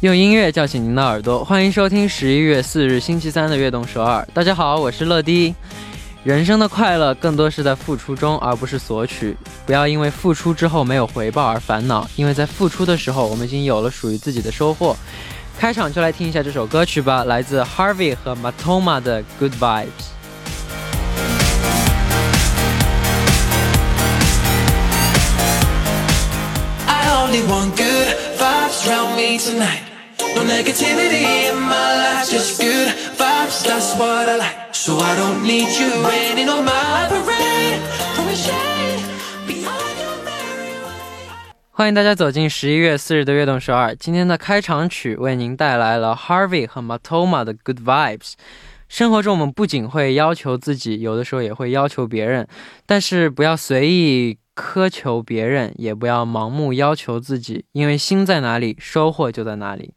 用音乐叫醒您的耳朵，欢迎收听十一月四日星期三的《悦动首尔》。大家好，我是乐迪。人生的快乐更多是在付出中，而不是索取。不要因为付出之后没有回报而烦恼，因为在付出的时候，我们已经有了属于自己的收获。开场就来听一下这首歌曲吧，来自 Harvey 和 Matoma 的《Good Vibes》。 I only want good vibes round me tonight. No negativity in my life, just good vibes, that's what I like. So I don't need you raining on my parade. From a shade beyond your merry way. 欢迎大家走进十一月四日的《悦动首尔》。今天的开场曲为您带来了 Harvey 和 Matoma 的《Good Vibes》。生活中，我们不仅会要求自己，有的时候也会要求别人，但是不要随意苛求别人，也不要盲目要求自己，因为心在哪里，收获就在哪里。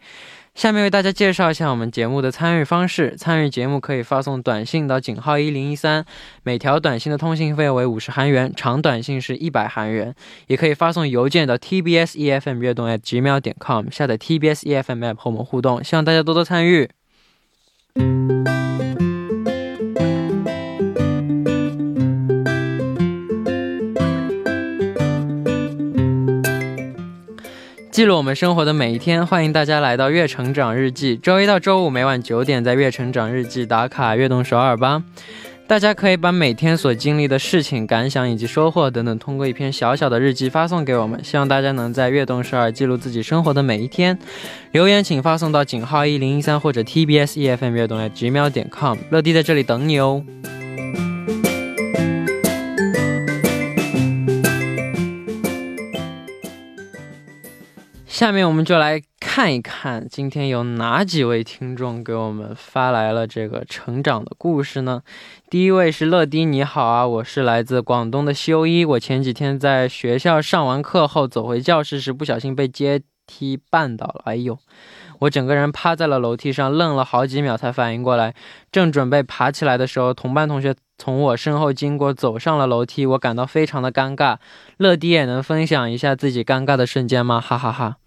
下面为大家介绍一下我们节目的参与方式。参与节目可以发送短信到井号一零一三，每条短信的通信费为五十韩元，长短信是一百韩元。也可以发送邮件到 tbs efm 悦动 at gmail 点 com，下载 tbs efm app 和我们互动，希望大家多多参与。记录我们生活的每一天，欢迎大家来到《月成长日记》，周一到周五每晚九点在《月成长日记》打卡悦动首尔吧。大家可以把每天所经历的事情、感想以及收获等等，通过一篇小小的日记发送给我们。希望大家能在悦动首尔啊记录自己生活的每一天。留言请发送到井号一零一三或者 TBS EFM 悦动 at gmail 点 com，乐迪在这里等你哦。下面我们就来看一看，今天有哪几位听众给我们发来了这个成长的故事呢？第一位是乐迪，你好啊，我是来自广东的修一。我前几天在学校上完课后走回教室时，不小心被阶梯绊倒了，哎呦，我整个人趴在了楼梯上，愣了好几秒才反应过来。正准备爬起来的时候，同班同学从我身后经过，走上了楼梯，我感到非常的尴尬。乐迪也能分享一下自己尴尬的瞬间吗？哈哈哈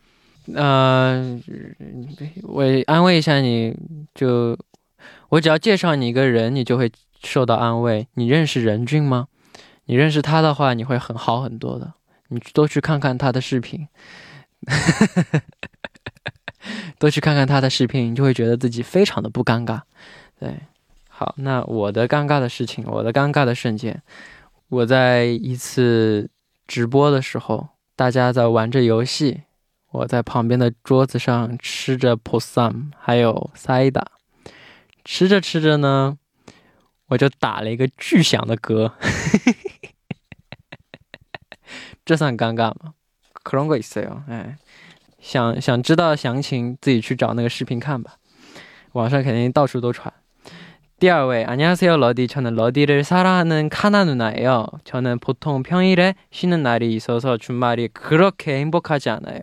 呃，我安慰一下你，就我只要介绍你一个人，你就会受到安慰。你认识任俊吗？你认识他的话，你会很好很多的。你多去看看他的视频， 多去看看他的视频，你就会觉得自己非常的不尴尬。对，好，那我的尴尬的事情，我的尴尬的瞬间，我在一次直播的时候，大家在玩着游戏，我在旁边的桌子上吃着 posam，还有 saida，吃着吃着呢，我就打了一个巨响的嗝， 这算尴尬吗？그런거있어요，哎，想想知道详情，自己去找那个视频看吧，网上肯定到处都传。第二位，안녕하세요，러디저는러디를사랑하는카나누나예요저는보통평일에쉬는날이있어서주말이그렇게행복하지않아요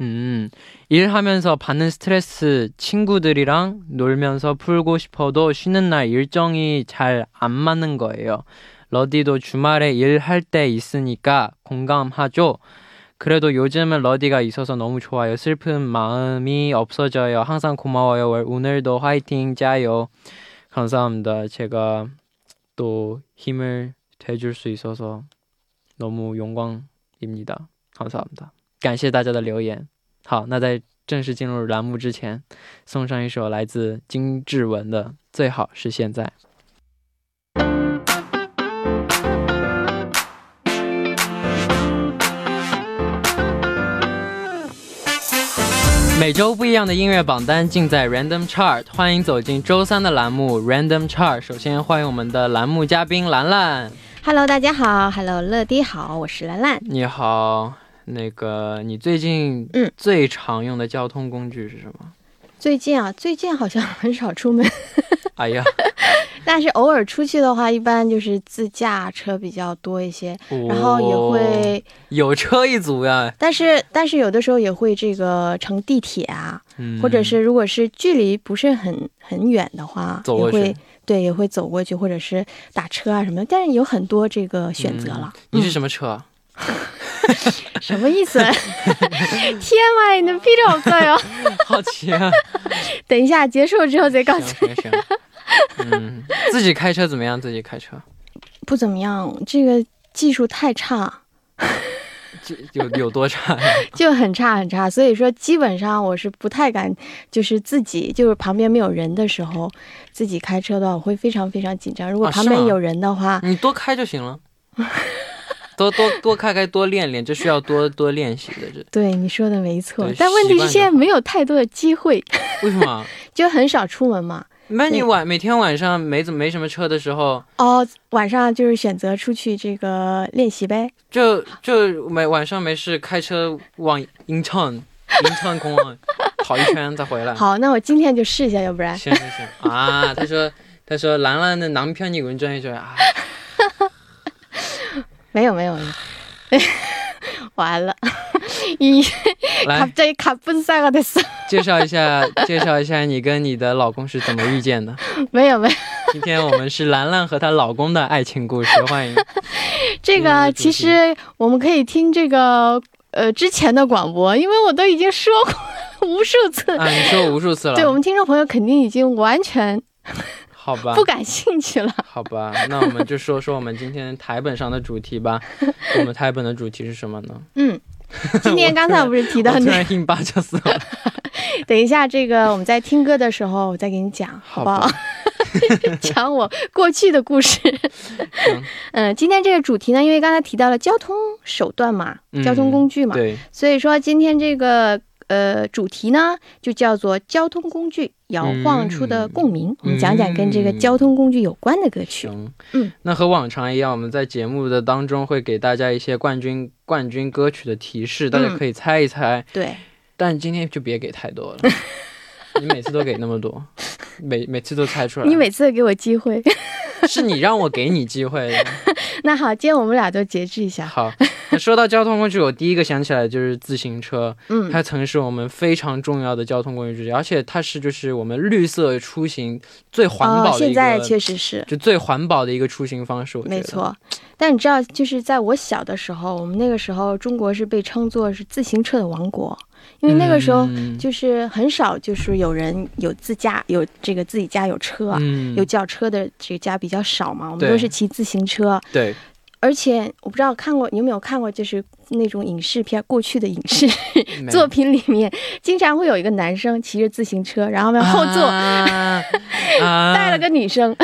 음, 일하면서 받는 스트레스 친구들이랑 놀면서 풀고 싶어도 쉬는 날 일정이 잘 안 맞는 거예요. 러디도 주말에 일할 때 있으니까 공감하죠. 그래도 요즘은 러디가 있어서 너무 좋아요. 슬픈 마음이 없어져요. 항상 고마워요. 월- 오늘도 화이팅 짜요. 감사합니다. 제가 또 힘을 돼줄 수 있어서 너무 영광입니다. 감사합니다. 感谢大家的留言。好，那在正式进入栏目之前，送上一首来自金志文的《最好是现在》。每周不一样的音乐榜单尽在 Random Chart，欢迎走进周三的栏目 Random Chart。首先欢迎我们的栏目嘉宾兰兰， Hello，大家好，Hello，乐迪好，我是兰兰。你好。那个，你最近嗯最常用的交通工具是什么？最近啊，最近好像 很少出门，哎呀，但是偶尔出去的话，一般就是自驾车比较多一些，然后也哦会，有车一族呀，但是但是有的时候也会这个乘地铁啊，嗯或者是如果是距离不是很很远的话，走过也去会对也会走过去，或者是打车啊什么的，但是有很多这个选择了。你嗯是什么车？什么 意思 啊？TMI のピローだよ。好奇 啊，哦等一下结束之后再告诉。行行行，嗯，自己开车怎么样？自己开车不怎么样，这个技术太差，这有有多差 呀？就很差很差。所以说，基本上我是不太敢，就是自己就是旁边没有人的时候，自己开车的话，我会非常非常紧张。如果啊旁是边吗有人的话，你多开就行了，多多多开开，多练练，这需要多多练习的。这对你说的没错对，但问题习是惯就现在没有太多的机会， 为什么？啊就很少出门嘛。那你对晚每天晚上没怎么没什么车的时候，哦，晚上就是选择出去这个练习呗。就就没晚上没事开车往 Incheon Incheon 公园跑一圈再回来。好，那我今天就试一下，要不然行行行啊！他说他说兰兰的남편이운전해줘요啊，没有 没有没 有，完了， 一卡来这卡奔三个的死，介绍一下介绍一下你跟你的老公是怎么遇见的。 没有没有。今天我们是兰兰和她老公的爱情故事，欢迎。这嗯对个其实我们可以听这个呃之前的广播，因为我都已经说过无数次，啊，你说我无数次了，对我们听众朋友肯定已经完全好吧，不感兴趣 了。好吧，那我们就说说我们今天台本上的主题吧。我们台本的主题是什么呢？嗯，今天刚才我不是提我到突那然硬巴就死了，等一下，这个我们在听歌的时候，我再给你讲，好不好？好 讲我过去的故事。 嗯，今天这个主题呢，因为刚才提到了交通手段嘛，嗯交通工具嘛，对，所以说今天这个呃主题呢，就叫做交通工具摇晃出的共鸣。嗯我们讲讲跟这个交通工具有关的歌曲。行，嗯，那和往常一样，我们在节目的当中会给大家一些冠军冠军歌曲的提示，大嗯家可以猜一猜，对，但今天就别给太 多了。你每次都给那么多，每每次都猜出来，你每次给我机会。 是你让我给你机会的。那好，今天我们俩就节制一下。好，那说到交通工具，我第一个想起来就是自行车，嗯它曾是我们非常重要的交通工具之一，而且它是就是我们绿色出行最环哦，保的一现个，在确实是。就最环保的一个出行方式，我觉得没，错，但你知道，就是在我小的时候，我们那个时候中国是被称作是自行车的王国，因为那个时候嗯就是很少，就是有人有自驾，有这个自己家有车啊，嗯，有轿车的这个家比较少嘛，我们对都是骑自行车。对，而且我不知道看过你有没有看过，就是那种影视片，过去的影视没作品里面，经常会有一个男生骑着自行车，然后呢后座 啊，啊带了个女生，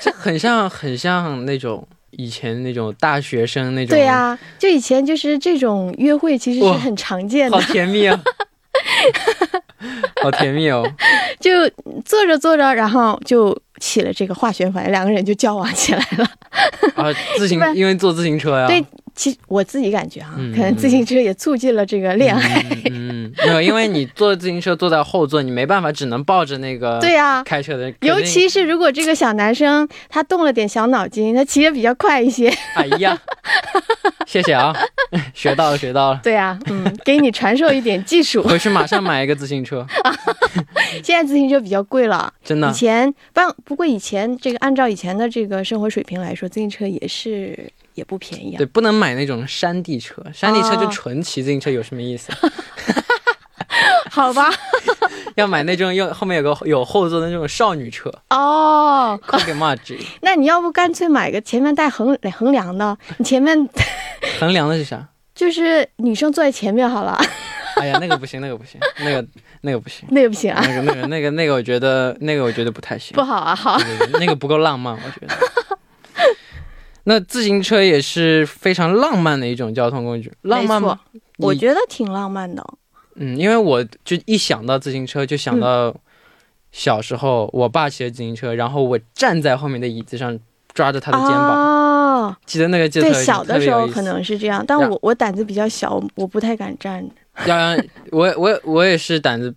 这很像很像那种以前那种大学生那种，对呀、就以前就是这种约会其实是哇很常见的好。甜蜜啊，好甜蜜哦，就做着做着，然后就起了这个化学反应，两个人就交往起来了。啊，自行一般因为坐自行车呀，对其实我自己感觉啊，嗯可能自行车也促进了这个恋爱。嗯，没有，因为你坐自行车坐在后座，你没办法，只能抱着那个对啊呀、开车的人，尤肯定其是如果这个小男生他动了点小脑筋，他骑得比较快一 些，哎呀，谢谢啊， 学到了，学到了，对啊，嗯，给你传授一点技术。 回去马上买一个自行车，现在自行车比较贵了，真以的前不不过以前这个按照以前的这个生活水平来说，自行车也是也不便宜啊对，。不能买那种山地车，山地车就哦纯骑自行车有什么意思？ 好吧，要买那种有后面有个有后座的那种少女车，哦，快给骂直。那你要不干脆买个前面带横横梁的，你前面 衡量的是啥？就是女生坐在前面好了， 哎呀，那个不行，那个不行，那个那个不行，那个不行啊，那个那个那个那个，我觉得那个我觉得不太行不。好啊，好，对对对那个不够浪漫，我觉 得。那自行车也是非常浪漫的一种交通工具，浪漫吗？你我觉得挺浪漫的。嗯，因为我就一想到自行车，就想嗯到小时候我爸骑着自行车，然后我站在后面的椅子上抓着他的肩膀，哦，记得那个镜头特别有意对，思，小的时候可能是这样，但呀我我胆子比较小，我我不太敢站。 要让我我我也是胆子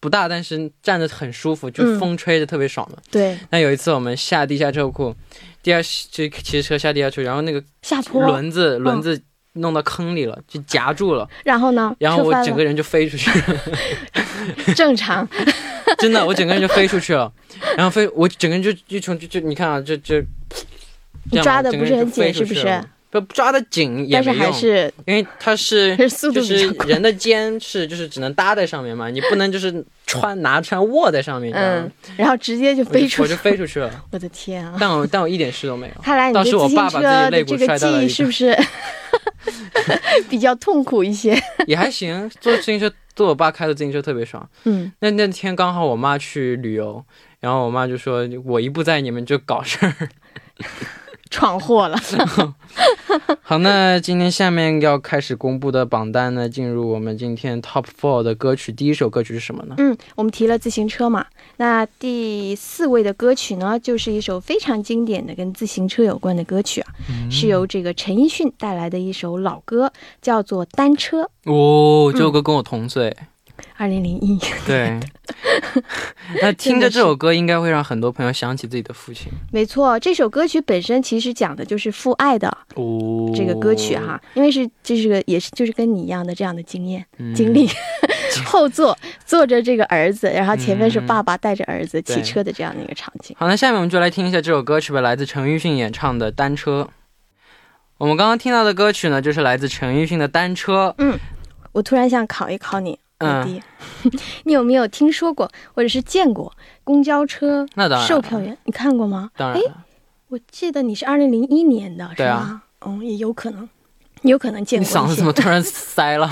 不大，但是站着很舒服，就嗯风吹着特别爽嘛。对，那有一次我们下地下车库，地下就骑车下地下车，然后那个下坡，嗯轮子轮子弄到坑里了，就夹住了，然后呢？然后车我翻整了个人就飞出去了， 正常，真的，我整个人就飞出去了，然后飞，我整个人就就从就就你看啊，就就这样你抓的整个不是人就很紧飞出是不去了是不抓的紧也但是没还用，是因为它是还是速度就比是较快。 人的肩是就是只能搭在上面嘛，你不能就是穿拿穿握在上面，你知道吗嗯，然后直接就我就飞出我去就，飞出去 了。我的天啊！但我但我一点事都没有。看来你当对时我自爸行把自己车的肋骨这个摔记断了忆一是不是 比较痛苦一些？也还行，坐自行车，坐我爸开的自行车特别爽。嗯，那那天刚好我妈去旅游，然后我妈就说：“我一不在，你们就搞事儿。 闯祸了。”好，那今天下面要开始公布的榜单呢，进入我们今天 Top Four 的歌曲，第一首歌曲是什么呢？嗯，我们提了自行车嘛，那第四位的歌曲呢，就是一首非常经典的跟自行车有关的歌曲啊，嗯是由这个陈奕迅带来的一首老歌，叫做《单车》，哦，这首歌跟我同岁，二零零一。 对。那听着这首歌，应该会让很多朋友想起自己的父亲。没错，这首歌曲本身其实讲的就是父爱的哦，这个歌曲哈、因为是这是个也是就是跟你一样的这样的经验。嗯经历， 后座坐着这个儿子，然后前面是嗯爸爸带着儿子骑对车的这样的一个场景。好，那下面我们就来听一下这首歌曲吧，来自陈奕迅演唱的《单车》。我们刚刚听到的歌曲呢，就是来自陈奕迅的《单车》。我突然想考一考你，老嗯，弟， 你有没有听说过或者是见过公交车那当然售票员？你看过吗？当然了，我记得你是二零零一年的，是对啊吗？嗯，也有可能，你有可能见你过一些。嗓子怎么突然塞 了？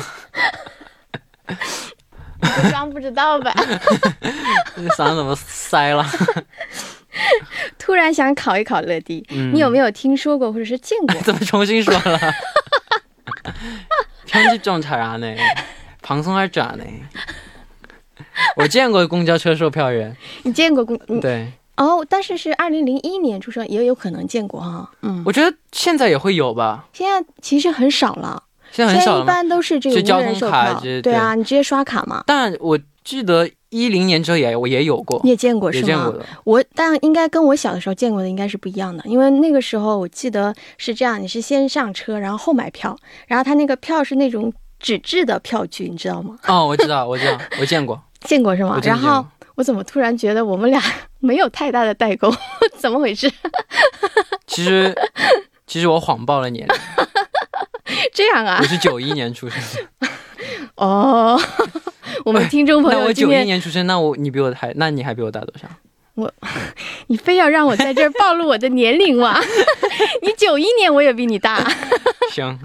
就装不知道呗？你嗓子怎么塞了？ 突然想考一考乐迪，嗯你有没有听说过或者是见 过怎么重新说了？天气正常啊呢， 旁松还转呢。我见过公交车售票员，你见过公？你对哦，但是是二零零一年出生，也有可能见过哈。嗯，我觉得现在也会有吧，现在其实很少了。现在很现少在一了吗。般都是这个就交无人通售卡票直接，对啊，你直接刷卡嘛。但我记得一零年之后也我也有过你，也见过也是见过吗？的。我但应该跟我小的时候见过的应该是不一样的，因为那个时候我记得是这样，你是先上车，然后后买票，然后他那个票是那种纸质的票据，你知道吗？哦，我知道，我知道，我见 过，见过是我吗？真然的见后过。我怎么突然觉得我们俩 没有太大的代沟， 怎么回事？其实，其实我谎报了年龄，这样啊我？是九一年出生的。哦， 我们听 众朋那友我今九一天年出生，那我你比我还，那你还比我大多少？你非要让我在这儿暴露我的年龄吗？ 你九一年我也比你大。 行，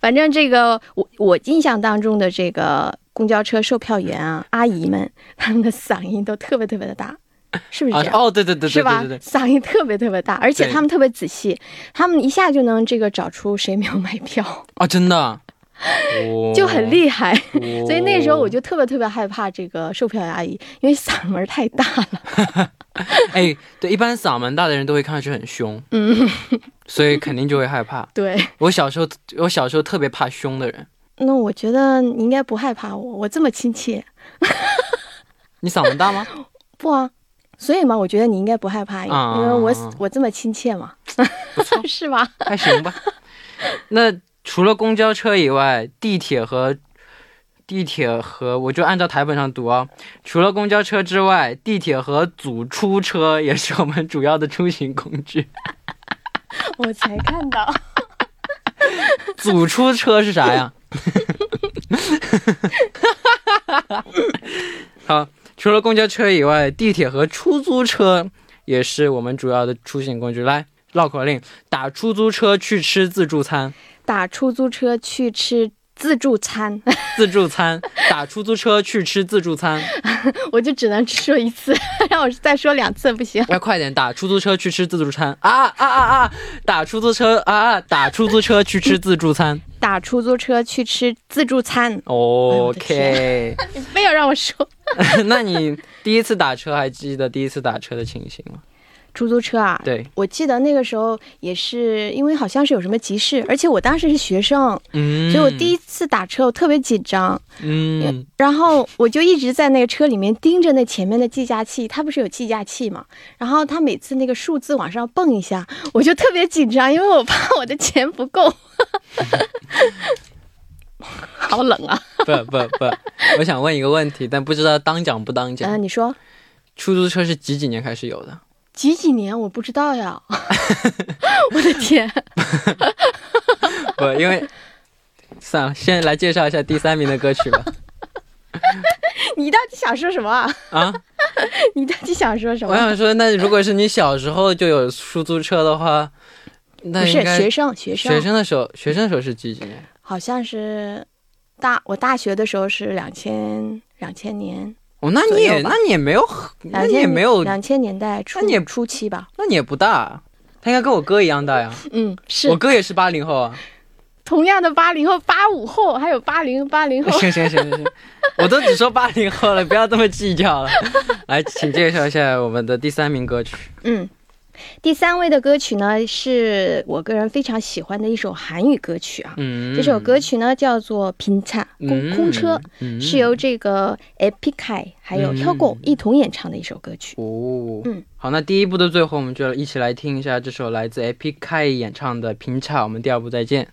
反正这个我我印象当中的这个公交车售票员啊，阿姨们， 她们的嗓音都特别特别的大，是不是啊这，样？哦，对对对是对吧对对？对，嗓音特别特别大，而且对他们特别仔细，他们一下就能这个找出谁没有买票，哦，真的，哦 就很厉害。哦所以那时候我就特别特别害怕这个售票员阿姨，因为嗓门太 大了。哎，对，一般嗓门大的人都会看上去很凶，嗯，所以肯定就会害怕。对。我小时候，我小时候特别怕凶的人。那我觉得你应该不害怕我，我这么亲切，你嗓门大吗？不啊？所以嘛，我觉得你应该不害怕，啊因为我我这么亲切嘛， 是吧？还行吧。那除了公交车以外，地铁和地铁和我就按照台本上读啊，除了公交车之外，地铁和组出车也是我们主要的出行工具。我才看到，组出车是啥呀？ 好，除了公交车以外，地铁和出租车也是我们主要的出行工具。来，绕口令：打出租车去吃自助餐，打出租车去吃自助餐， 自助餐； 打出租车去吃自助餐。我就只能说一次， 让我再说两次不行。要哎快点打出租车去吃自助餐啊啊啊啊！打出租车啊啊！打出租车去吃自助 餐。打出租车去吃自助餐，哎我的 OK， 你非要让我说那你第一次打车还记得第一次打车的情形吗？出租车啊？对，我记得那个时候也是因为好像是有什么急事，而且我当时是学生，嗯，所以我第一次打车我特别紧张，嗯，然后我就一直在那个车里面盯着那前面的计价器，它不是有计价器嘛？然后它每次那个数字往上蹦一下，我就特别紧张，因为我怕我的钱不够。 好冷啊！不不不， 我想问一个问题，但不知道当讲不当嗯、讲。你说出租车是几几年开始有的？ 几几年？我不知道呀。我的天，不，因为算了，先来介绍一下第三名的歌曲吧。你到底想说什么啊？啊，你到底想说什我么？想说，那如果是你小时候就有出租车的话， 那不是应该学生，学生，学生的时候，学生的时候是几几年？好像是大我大学的时候是两千两千年，哦，那左你右也吧那你也没有很，哎那两你也千没有，两千年代初那你也初期吧？那你也不大，他应该跟我哥一样大呀。嗯，我是哥也是八零后 啊。同样的八零后、八五后，还有八零 八零后。行行行行行，我都只说八零后了，不要这么计 较了。来，请介绍一下我们的第三名歌曲。嗯，第三位的歌曲呢，是我个人非常喜欢的一首韩语歌曲啊。嗯，这首歌曲呢叫做《平차공 嗯空车》，嗯是由这个 Epic 还有嗯 Togo 一同演唱的一首歌曲。哦，嗯好，那第一部的最后，我们就一起来听一下这首来自 Epic Kai 演唱的《平差》，我们第二部再见。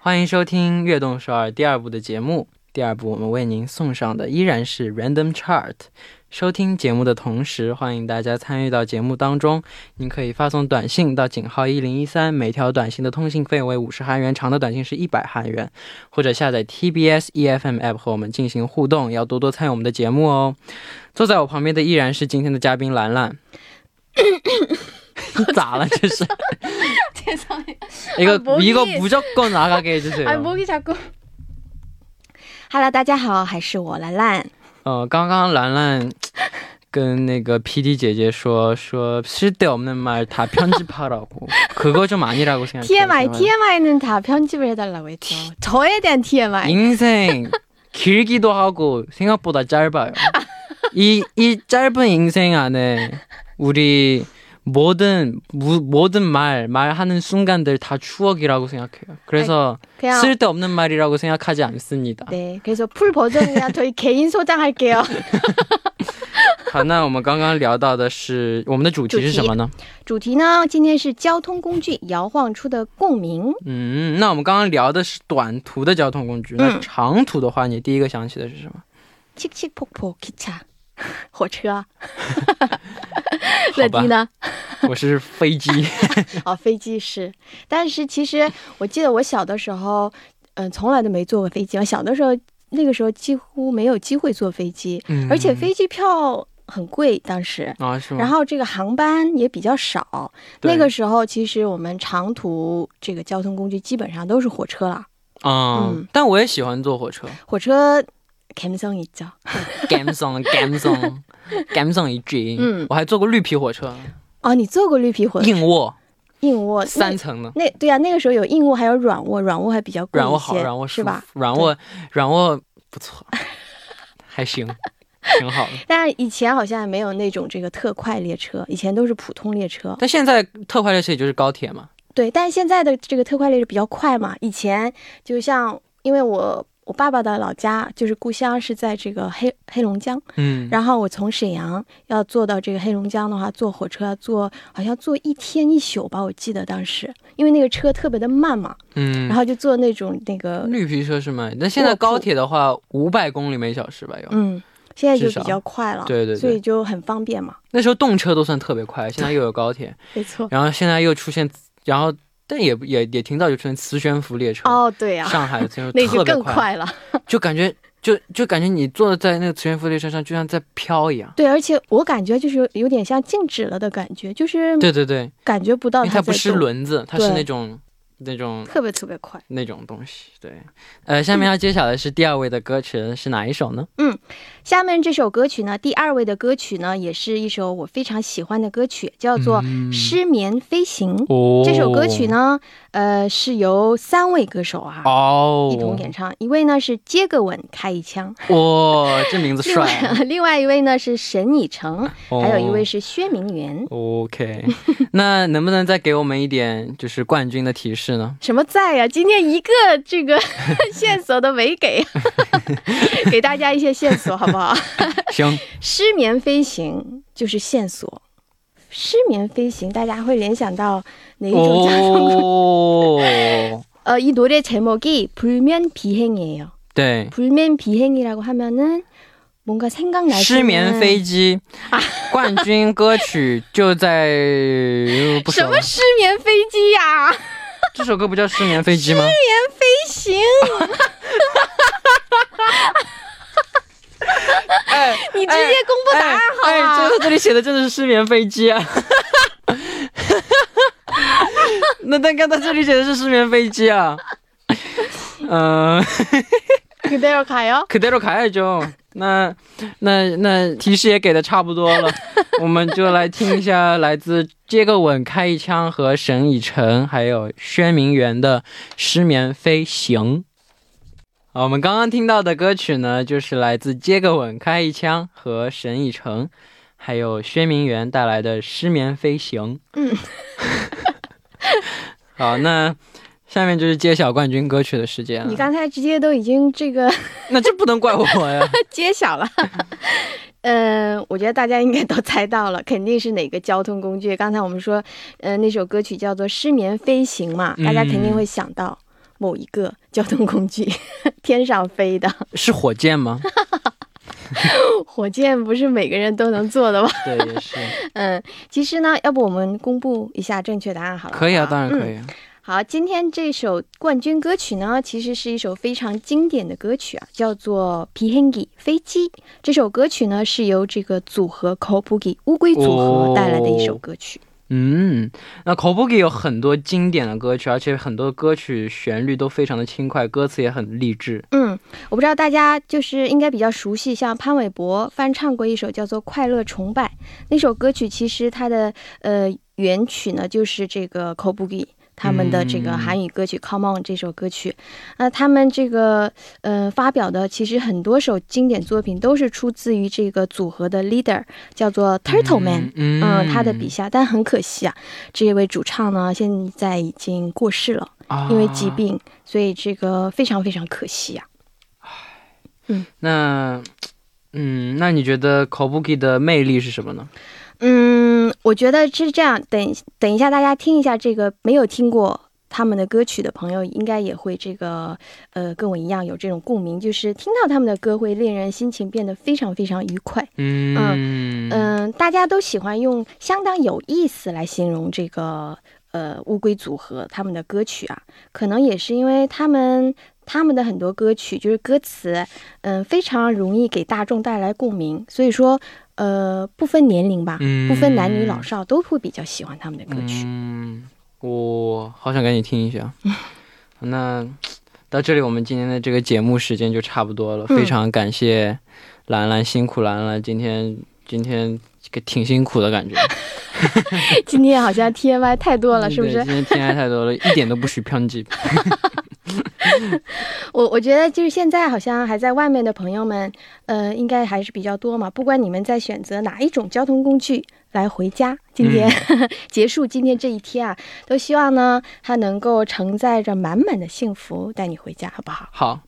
欢迎收听《悦动首尔》第二部的节目。第二部我们为您送上的依然是 Random Chart。收听节目的同时，欢迎大家参与到节目当中。您可以发送短信到井号一零一三，每条短信的通信费为五十韩元，长的短信是一百韩元，或者下载 TBS EFM E app 和我们进行互动，要多多参与我们的节目哦。坐在我旁边的依然是今天的嘉宾兰兰。咋了？这是一个 안 보기. 一个不叫够拿个给，这是。哎，摸一下歌。Hello，大家好，还是我兰兰。呃，刚刚兰兰 跟那个 PD 姐姐说说，是对我们的말다편집하라고，그거좀아니라고 생각해요. TMI TMI는 다 편집을 해달라고 했죠. 저에 대한 TMI. 인생 길기도 하고 생각보다 짧아요. 이, 이 짧은 인생 안에 우리 모든 무, 모든 말 말하는 순간들 다 추억이라고 생각해요. 그래서 그냥 쓸데없는 말이라고 생각하지 않습니다. 네, 그래서 풀 버전이랑 저희 개인 소장할게요. 好，那我们刚刚聊到的是我们的主题是什么呢？主题呢，今天是交通工具摇晃出的共鸣。嗯，那我们刚刚聊的是短途的交通工具，那嗯长途的话，你第一个想起的是什 么？ 칙칙폭폭 기차 火车。好乐吧迪，呢？我是飞机。哦，飞机是，但是其实我记得我小的时候，嗯、从来都没坐过飞机。我小的时候，那个时候几乎没有机会坐飞机，嗯 而且飞机票很贵，当时。啊是吗？然后这个航班也比较少，对那个时候其实我们长途这个交通工具基本上都是火车了。嗯，嗯但我也喜欢坐火 车。火车 c a m s o n 一叫， Gamson Gamson Gamson 一 G，嗯我还坐过绿皮火车，哦，你坐过绿皮火车？硬卧硬卧那三层的，那对呀、那个时候有硬卧还有软卧，软卧还比较贵一些，软卧好，软卧是舒吧？服，软卧软卧不 错，还行，挺好的。但是以前好像也没有那种这个特快列车，以前都是普通列车。但现在特快列车也就是高铁嘛，对，但是现在的这个特快列车比较快嘛。以前就像，因为我我爸爸的老家就是故乡是在这个黑黑龙江，嗯，然后我从沈阳要坐到这个黑龙江的话，坐火车要坐好像坐一天一宿吧，我记得当时，因为那个车特别的慢嘛，嗯，然后就坐那种那个绿皮车是吗？那现在卧铺高铁的话，五百公里每小时吧，有。嗯，现在就至少比较快了，对对对所以就很方便嘛。那时候动车都算特别快，现在又有高铁，没错。然后现在又出现，然后但也也也挺早就出现磁悬浮列车。哦，对呀、上海的 磁悬浮那特就别更快了。就感觉就就感觉你坐在那个磁悬浮列车上，就像在飘一样。对，而且我感觉就是有点像静止了的感觉，就是对对对，感觉不因到为它不嗯哦在是动，轮子，它是对那种那种特别特别快。那种东西。对，呃，下面要揭晓的是第二位的歌曲是哪一首呢？下面这首歌曲呢，第二位的歌曲呢，也是一首我非常喜欢的歌曲，叫嗯做《失眠飞行》。嗯哦这首歌曲？呢，呃，是由三位歌手啊。哦，一同演唱，一位呢是接个吻开一枪，哇、这名字另帅啊、外 另外一位呢是沈以诚，还有一哦位是薛明媛。 OK，那能不能再给我们一点就是冠军的提示呢？什么在呀、今天一个这 个线索都没给，啊给大家一些线索好不好？ 行，失眠飞行就是线索。失眠飞行，大家会联想到哪一种交通？哦， 어, 呃 이 노래 제목이 불면 비행이에요. 对， 불면 비행이라고 하면은 뭔가 생각날 失眠飞机啊冠军歌曲就在呃不什熟了么，失眠飞机呀、这首歌不叫失眠飞机吗？飞行，哎，你直接公布答案好啊哎，吗？哎这这里写的真的是失眠飞机啊！ 那但刚才这里写的是失眠飞机啊， 嗯、 그대로 가요. 그대로가야죠那那那提示也给的差不 多了，我们就来听一下来自《接个吻开一枪》和沈以诚还有宣明媛的《失眠飞行》。啊，我们刚刚听到的歌曲呢，就是来自《接个吻开一枪》和沈以诚还有宣明媛带来的《失眠飞行》。嗯， 好，那下面就是揭晓冠军歌曲的时间了。你刚才直接都已经这个那这不能怪我呀。 揭晓 了。嗯，我觉得大家应该都猜到了，肯定是哪个交通工具。刚才我们说，呃，那首歌曲叫做《失眠飞行》嘛，嗯大家肯定会想到某一个交通工具， 天上飞的是火箭 吗？火箭，不是每个人都能坐的吧？对，也是。嗯，其实呢，要不我们公布一下正确答案好了。可以啊，好吧当然可嗯以。啊。好，今天这首冠军歌曲呢，其实是一首非常经典的歌曲啊，叫做 E《Pihengi 飞机》。这首歌曲呢，是由这个组合 Kobugi 乌龟组合带来的哦一首歌曲。嗯，那 Kobuki 有很多经典的歌曲，而且很多歌曲旋律都非常的轻快，歌词也很励志。嗯，我不知道大家就是应该比较熟悉，像潘玮柏翻唱过一首叫做《快乐崇拜》那首歌曲，其实它的呃原曲呢就是这个 Kobugi 他们的这个嗯韩语歌曲《Come On》这首歌曲。那、他们这个呃发表的其实很多首经典作品都是出自于这个组合的 leader 叫做 Turtle Man。嗯嗯他的笔下，但很可惜啊，这位主唱呢现在已经过世了，啊因为疾。病，所以这个非常非常可惜啊。啊那，嗯，那你觉得 Kobuki 的魅力是什么呢？嗯，我觉得是这样。等等一下，大家听一下这个没有听过他们的歌曲的朋友，应该也会这个呃，跟我一样有这种共鸣，就是听到他们的歌会令人心情变得非常非常愉快。嗯嗯、大家都喜欢用相当有意思来形容这个呃乌龟组合他们的歌曲啊，可能也是因为他们。他们的很多歌曲就是歌词，嗯、非常容易给大众带来共鸣，所以说，呃，不分年龄吧，嗯不分男女老少都会比较喜欢他们的歌曲。嗯，我好想赶紧听一 下。那到这里，我们今天的这个节目时间就差不多了。嗯非常感谢兰兰，辛苦兰兰，今天今天这个挺辛苦的感 觉，今天好像 T M I 太多了，是不嗯对是？今天天爱太多了，一点都不许偏激。我我觉得就是现在好像还在外面的朋友们，呃，应该还是比较多嘛。不管你们在选择哪一种交通工具来回家，今天、嗯 结束今天这一天啊，都希望呢它能够承载着满满的幸福带你回家，好不好？好，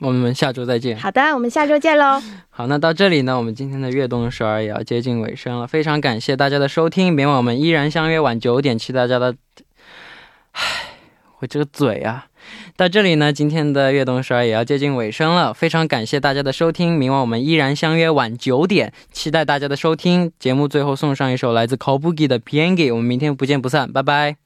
我们下周再见。好的，我们下周见喽。好，那到这里呢，我们今天的悦动首尔也要接近尾声了，非常感谢大家的收听，明晚我们依然相约晚九点，期待大家的。唉，我这个嘴啊！到这里呢，今天的悦动首尔也要接近尾声了，非常感谢大家的收听，明晚我们依然相约晚九点，期待大家的收听。节目最后送上一首来自 Kobugi 的《p i a n g i 我们明天不见不散，拜拜。